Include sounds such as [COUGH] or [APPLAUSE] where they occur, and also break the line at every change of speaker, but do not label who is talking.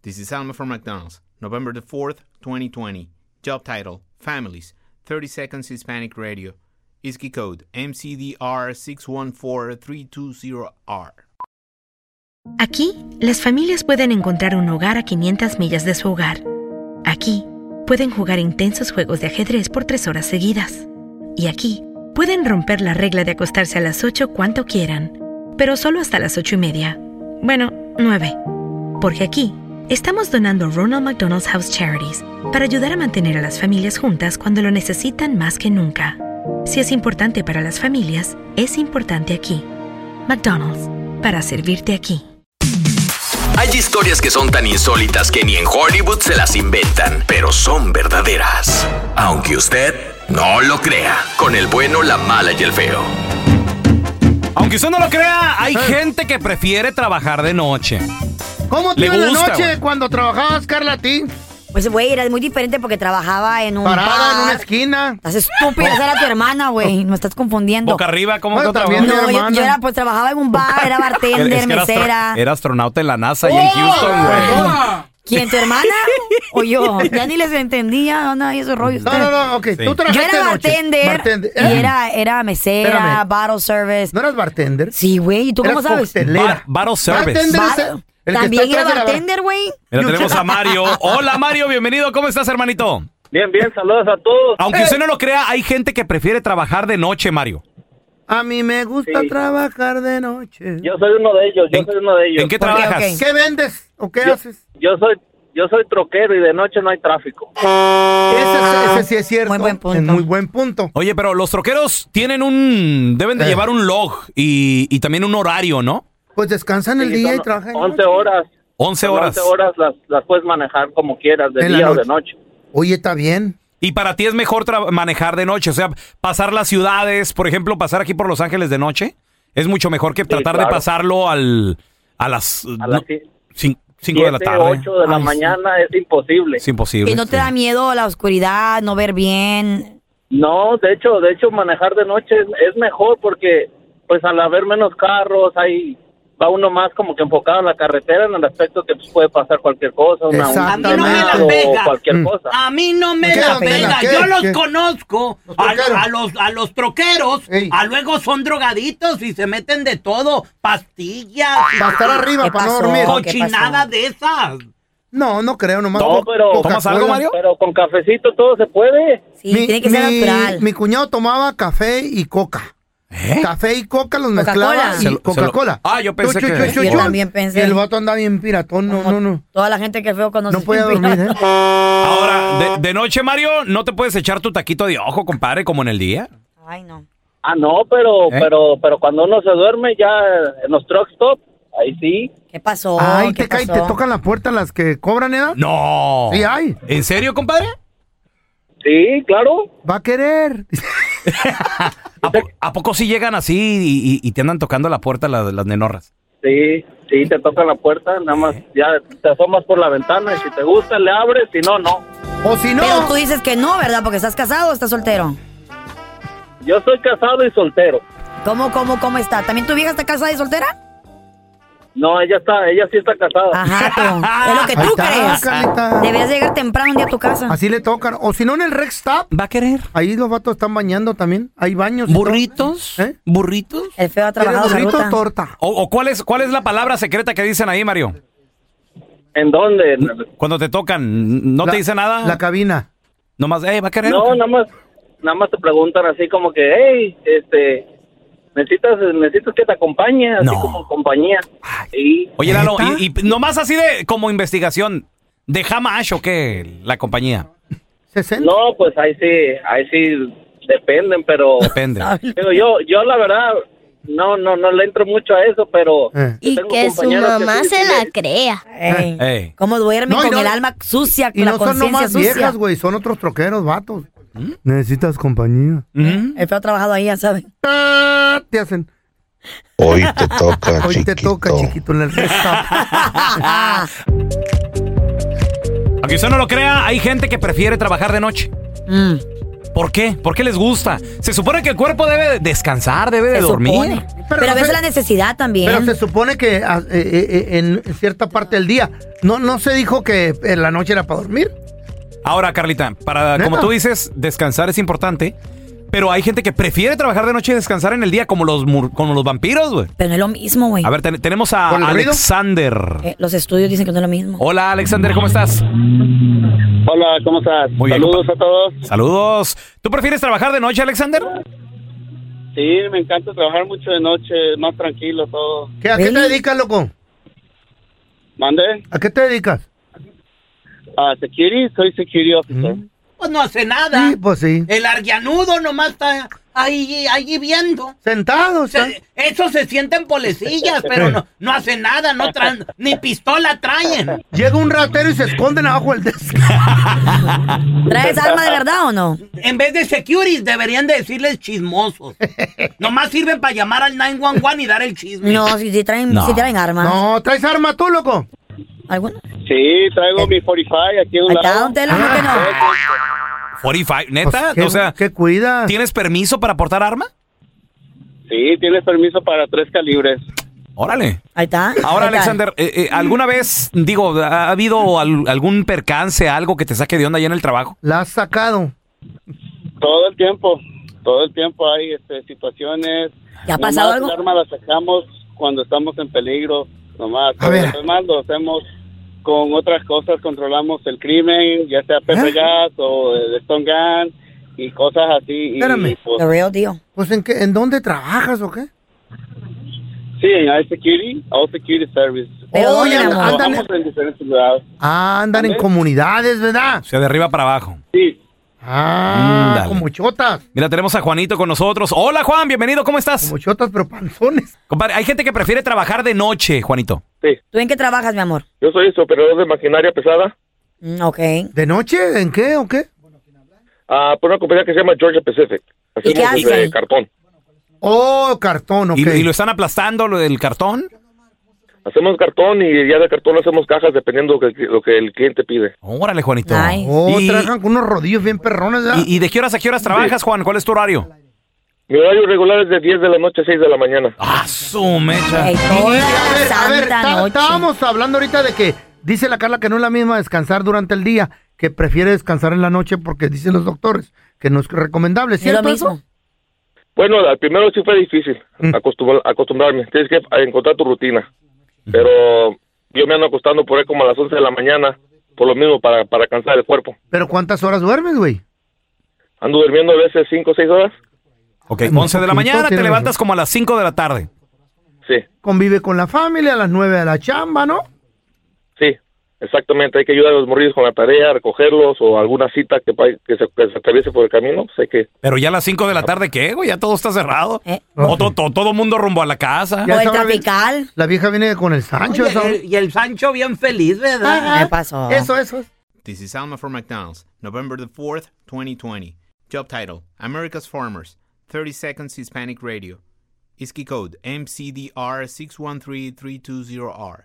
This is Alma from McDonald's, November the 4th, 2020. Job title Families, 30 Seconds Hispanic Radio. ISKI code MCDR614320R.
Aquí, las familias pueden encontrar un hogar a 500 millas de su hogar. Aquí, pueden jugar intensos juegos de ajedrez por tres horas seguidas. Y aquí, pueden romper la regla de acostarse a las 8 cuanto quieran, pero solo hasta las 8 y media. Bueno, 9. Porque aquí, Estamos donando Ronald McDonald's House Charities para ayudar a mantener a las familias juntas cuando lo necesitan más que nunca. Si es importante para las familias, es importante aquí. McDonald's, para servirte aquí.
Hay historias que son tan insólitas que ni en Hollywood se las inventan, pero son verdaderas. Aunque usted no lo crea, con el bueno, la mala y el feo.
Aunque usted no lo crea, hay gente que prefiere trabajar de noche.
¿Cómo te
Le
iba en la
gusta,
noche
güey.
cuando trabajabas, Carla, a ti?
Pues, güey, era muy diferente porque trabajaba en un
Parada
bar.
en una esquina.
Estás estúpida, esa era tu hermana, güey. No estás confundiendo.
Boca arriba, ¿cómo
Bueno,
que otra
también
vez?
mi
No, yo,
hermana.
yo era, pues trabajaba en un bar, era bartender,
Es que era astro-
mesera.
eh.
Era astronauta en la NASA y
Oh.
en
¡Oh!
Houston, güey.
¿Quién, tu hermana
[LAUGHS]
o yo? Ya ni les entendía, no, y esos rollos.
No, no, no, ok. Tú
Yo
trabajaste
era
de noche.
bartender,
Bartender. eh.
y era, era mesera,
Espérame.
bottle service.
¿No eras bartender?
Sí, güey, ¿y tú cómo
Eras
sabes?
coctelera.
Bar- bottle service.
Bartender es
Bar-
el que
También
está
era
atrás de la bar-
bartender, güey.
Mira, tenemos a Mario. Hola, Mario, bienvenido. ¿Cómo estás, hermanito?
Bien, bien, saludos a todos.
Aunque usted no lo crea, hay gente que prefiere trabajar de noche, Mario.
A mí me gusta
Sí.
trabajar de noche.
Yo soy uno de ellos, yo
¿En-
soy uno de ellos.
¿En qué
¿Por qué?
trabajas?
Ok.
¿Qué vendes o qué
Yo,
haces?
yo soy yo soy troquero y de noche no hay tráfico.
Ese, ese sí es cierto.
Muy buen punto.
Es muy buen punto.
Oye, pero los troqueros tienen un... Deben de
Eh.
llevar un log y, y también un horario, ¿no?
Pues descansan el
Sí,
día y
son
trabajan.
11 horas.
11
Son
horas.
11 horas las, las puedes manejar como quieras, de
En la
día o
noche.
de noche.
Oye, está bien.
Y para ti es mejor tra- manejar de noche, o sea, pasar las ciudades, por ejemplo, pasar aquí por Los Ángeles de noche, es mucho mejor que tratar de
claro.
pasarlo al, a las
A las
5 de la
7,
tarde.
8 de la
Ay,
mañana es imposible.
Es imposible.
Que no te da miedo la oscuridad, no ver bien.
No, de hecho, de hecho manejar de noche es, es mejor porque pues al haber menos carros hay va uno más como que enfocado en la carretera en el aspecto que pues, puede pasar cualquier cosa, una, un
Exactamente.
A mí no me la
tornado
pega.
o cualquier
Mm.
cosa.
A mí no me
¿Qué,
la
don Tela?
pega.
¿Qué?
Yo los
¿Qué?
conozco.
Los
a,
troqueros.
a los, a los troqueros.
Ey.
A luego son drogaditos y se meten de todo. Pastillas.
Para estar arriba,
¿Qué
para no
pasó?
dormir.
Oye.
Cochinada de esas.
No, no creo, nomás.
No,
co-
pero-
Coca-Cola.
¿Tomas algo, Mario?
Pero con cafecito todo se puede.
Sí, tiene que ser
mi-
natural.
Mi cuñado tomaba café y coca.
¿Eh?
Café y coca los
Coca-Cola.
mezclaba
Se
y
lo- se lo-
Coca-Cola.
Ah, yo pensé que-
Yo también pensé.
El vato andaba bien piratón. No,
Como
no, no.
Toda la gente que feo conoce.
No podía dormir, ¿eh?
Ahora, de, de noche, Mario, no te puedes echar tu taquito de ojo, compadre, como en el día.
[LAUGHS] Ay, no.
Ah, no, pero,
¿Eh?
pero, pero cuando uno se duerme ya en los truck stop, ahí sí.
¿Qué pasó?
Ay,
¿Qué
te caen, te
pasó?
tocan la puerta las que cobran, ¿eh?
No.
Sí hay.
¿En serio, compadre?
Sí, claro.
Va a querer.
¿A, po- a poco sí llegan así y, y- y te andan tocando la puerta las, las nenorras?
Sí, sí, te toca la puerta, nada más ya te asomas por la ventana y si te gusta le abres, si no, no.
O si no,
Pero tú dices que no, ¿verdad? Porque estás casado o estás soltero.
Yo soy casado y soltero.
¿Cómo, cómo, cómo está? ¿También tu vieja está casada y soltera?
No, ella está, ella sí está casada.
Ah.
Ajá, tú. Es lo que
Ahí
tú
está,
crees.
Carlita.
Deberías llegar temprano un día a tu casa.
así le tocan. O si no, en el Rex Stop.
¿Va a querer?
Ahí los vatos están bañando también. Hay baños. y todo.
¿Burritos?
¿Eh?
¿Burritos?
El feo ha
¿Quieres
trabajado esa
burrito o
ruta.
torta?
¿O, o cuál, es, cuál es la palabra secreta que dicen ahí, Mario?
¿En dónde?
Cuando te tocan, ¿no
La-
te dice nada?
La cabina.
Nomás, eh, va a querer.
No, nada más, nada más te preguntan así como que, hey, este, necesitas, necesitas que te acompañe, así
No.
como compañía. Y
Oye, Lalo,
¿Neta?
y, y nomás así de como investigación, ¿de Hamash o qué la compañía?
60.
no, pues ahí sí, ahí sí dependen, pero,
Depende.
pero yo, yo la verdad, no, no, no le entro mucho a eso, pero
Eh.
yo
Y
tengo
que su
compañeros
mamá
sí-
se
sí
la
le-
crea.
Ey,
[LAUGHS] Ey.
¿Cómo duerme
No, y
con
no-
el alma sucia,
Y
la
no son
conciencia
nomás
sucia?
viejas, güey, son otros troqueros, vatos. Necesitas compañía.
Mm.
El feo ha trabajado ahí, ya saben.
Ah, Te hacen.
Hoy te toca,
[LAUGHS] Hoy te toca, chiquito, en el resta.
Aunque usted no lo crea, hay gente que prefiere trabajar de noche.
Mm.
¿Por qué? ¿Por qué les gusta? Se supone que el cuerpo debe de descansar, debe de
Se
dormir.
supone. Pero,
Pero
a veces
se-
la necesidad también.
Pero se supone que ah, eh, eh, eh, en cierta parte del día. No, no se dijo que en la noche era para dormir.
Ahora, Carlita, para
¿Neta?
como tú dices, descansar es importante, pero hay gente que prefiere trabajar de noche y descansar en el día como los mur- como los vampiros, güey.
Pero no es lo mismo, güey.
A ver, ten- tenemos a
¿Por el ruido?
Alexander.
Eh, los estudios dicen que no es lo mismo.
Hola, Alexander, ¿cómo estás?
Hola, ¿cómo estás?
Muy bien,
Saludos
compa-
a todos.
Saludos. ¿Tú prefieres trabajar de noche, Alexander?
Sí, me encanta trabajar mucho de noche, más tranquilo todo.
¿Qué, ¿A qué te
Really?
dedicas, loco?
Mande,
¿A qué te dedicas?
a security, soy security officer.
Mm.
Pues no hace nada.
Sí, pues sí.
El arguianudo nomás está ahí, ahí viendo.
Sentado, o sea,
Se- esos se sienten polecillas, pero no, no hacen nada, no traen, ni pistola traen.
Llega un ratero y se esconden abajo del desk.
¿Traes alma de verdad o no?
En vez de securities, deberían de decirles chismosos. Nomás sirven para llamar al 911 y dar el chisme.
No, si, si traen,
No.
si traen
Ah.
armas.
No, ¿traes arma tú, loco?
¿Alguno?
Sí, traigo
Eh.
mi 45 aquí a un
Ahí está,
lado.
don Tela, ¿no que no?
Ah.
45, neta,
Pues, ¿qué,
o sea,
¿qué cuidas?
¿tienes permiso para portar arma?
Sí, tienes permiso para tres calibres.
Órale.
Ahí está.
Ahora,
Ahí está.
Alexander, eh, eh, ¿alguna vez, digo, ha habido al- algún percance, algo que te saque de onda allá en el trabajo?
La has sacado.
Todo el tiempo, todo el tiempo hay este, situaciones.
¿Ya ha
Nomás
pasado
El
algo?
arma la sacamos cuando estamos en peligro, nomás.
A ver.
Además lo hacemos con otras cosas, controlamos el crimen, ya sea Pepe
¿Eh?
Gas o el Stone Gun y cosas así. Y,
Espérame.
pues,
The real deal.
Pues, ¿en, qué, ¿en dónde trabajas o qué?
sí, en iSecurity, All Security Service.
Pero
Oye,
¿dónde, amor?
andan,
Trabajamos en diferentes lugares.
ah, andan en
¿Dónde?
comunidades, ¿verdad?
O sea, de arriba para abajo.
Sí,
Ah,
Ándale.
como chotas.
Mira, tenemos a Juanito con nosotros. Hola, Juan, bienvenido, ¿cómo estás?
Como chotas, pero panzones.
Compadre, hay gente que prefiere trabajar de noche, Juanito.
sí.
¿Tú en qué trabajas, mi amor?
Yo soy operador de maquinaria pesada
Mm, ok.
¿De noche? ¿En qué o qué?
ah, por una compañía que se llama Georgia Pacific.
¿Y qué
Hacemos,
hace?
eh, cartón.
Oh, cartón, ok.
¿Y, y lo están aplastando lo del cartón?
Hacemos cartón y ya de cartón hacemos cajas dependiendo lo que, lo que el cliente pide.
Órale, Juanito.
Nice.
Oh,
y,
trabajan con unos rodillos bien perrones, ¿verdad?
y- y de qué horas a qué horas trabajas, Juan? ¿Cuál es tu horario?
Mi horario regular es de 10 de la noche a 6 de la mañana.
Ah, su mecha.
Ey,
Y,
toda
a ver, a ver,
santa
ta-
noche.
estábamos hablando ahorita de que dice la Carla que no es la misma descansar durante el día, que prefiere descansar en la noche porque dicen los doctores que no es recomendable,
Es lo
¿cierto? eso?
mismo.
Bueno, al primero sí fue difícil
Mm.
acostum- acostumbrarme. Tienes que encontrar tu rutina. Pero yo me ando acostando por ahí como a las 11 de la mañana, por lo mismo, para, para cansar el cuerpo.
Pero ¿cuántas horas duermes, güey?
Ando durmiendo a veces 5 o 6 horas.
Ok, 11 de la
Juanito,
mañana, te
tienes
levantas
razón.
como a las 5 de la tarde.
Sí,
Convive con la familia a las nueve a la chamba, ¿no?
sí, exactamente. Hay que ayudar a los morrillos con la tarea, recogerlos o alguna cita que, pa- que, se, que se atraviese por el camino. Sé que
Pero ya a las 5 de la tarde, ¿qué, güey? Ya todo está cerrado.
Eh.
O to- to- todo mundo rumbo a la casa.
Ya
o el
sabe bien.
trafical.
La vieja viene con el Sancho,
Oye,
esa-
el- y el Sancho bien feliz, ¿verdad?
Ajá.
¿Qué pasó?
Eso, eso.
This is Alma from McDonald's, November the 4th, 2020. Job title America's Farmers, 30 Seconds Hispanic Radio. ISKI code MCDR613320R.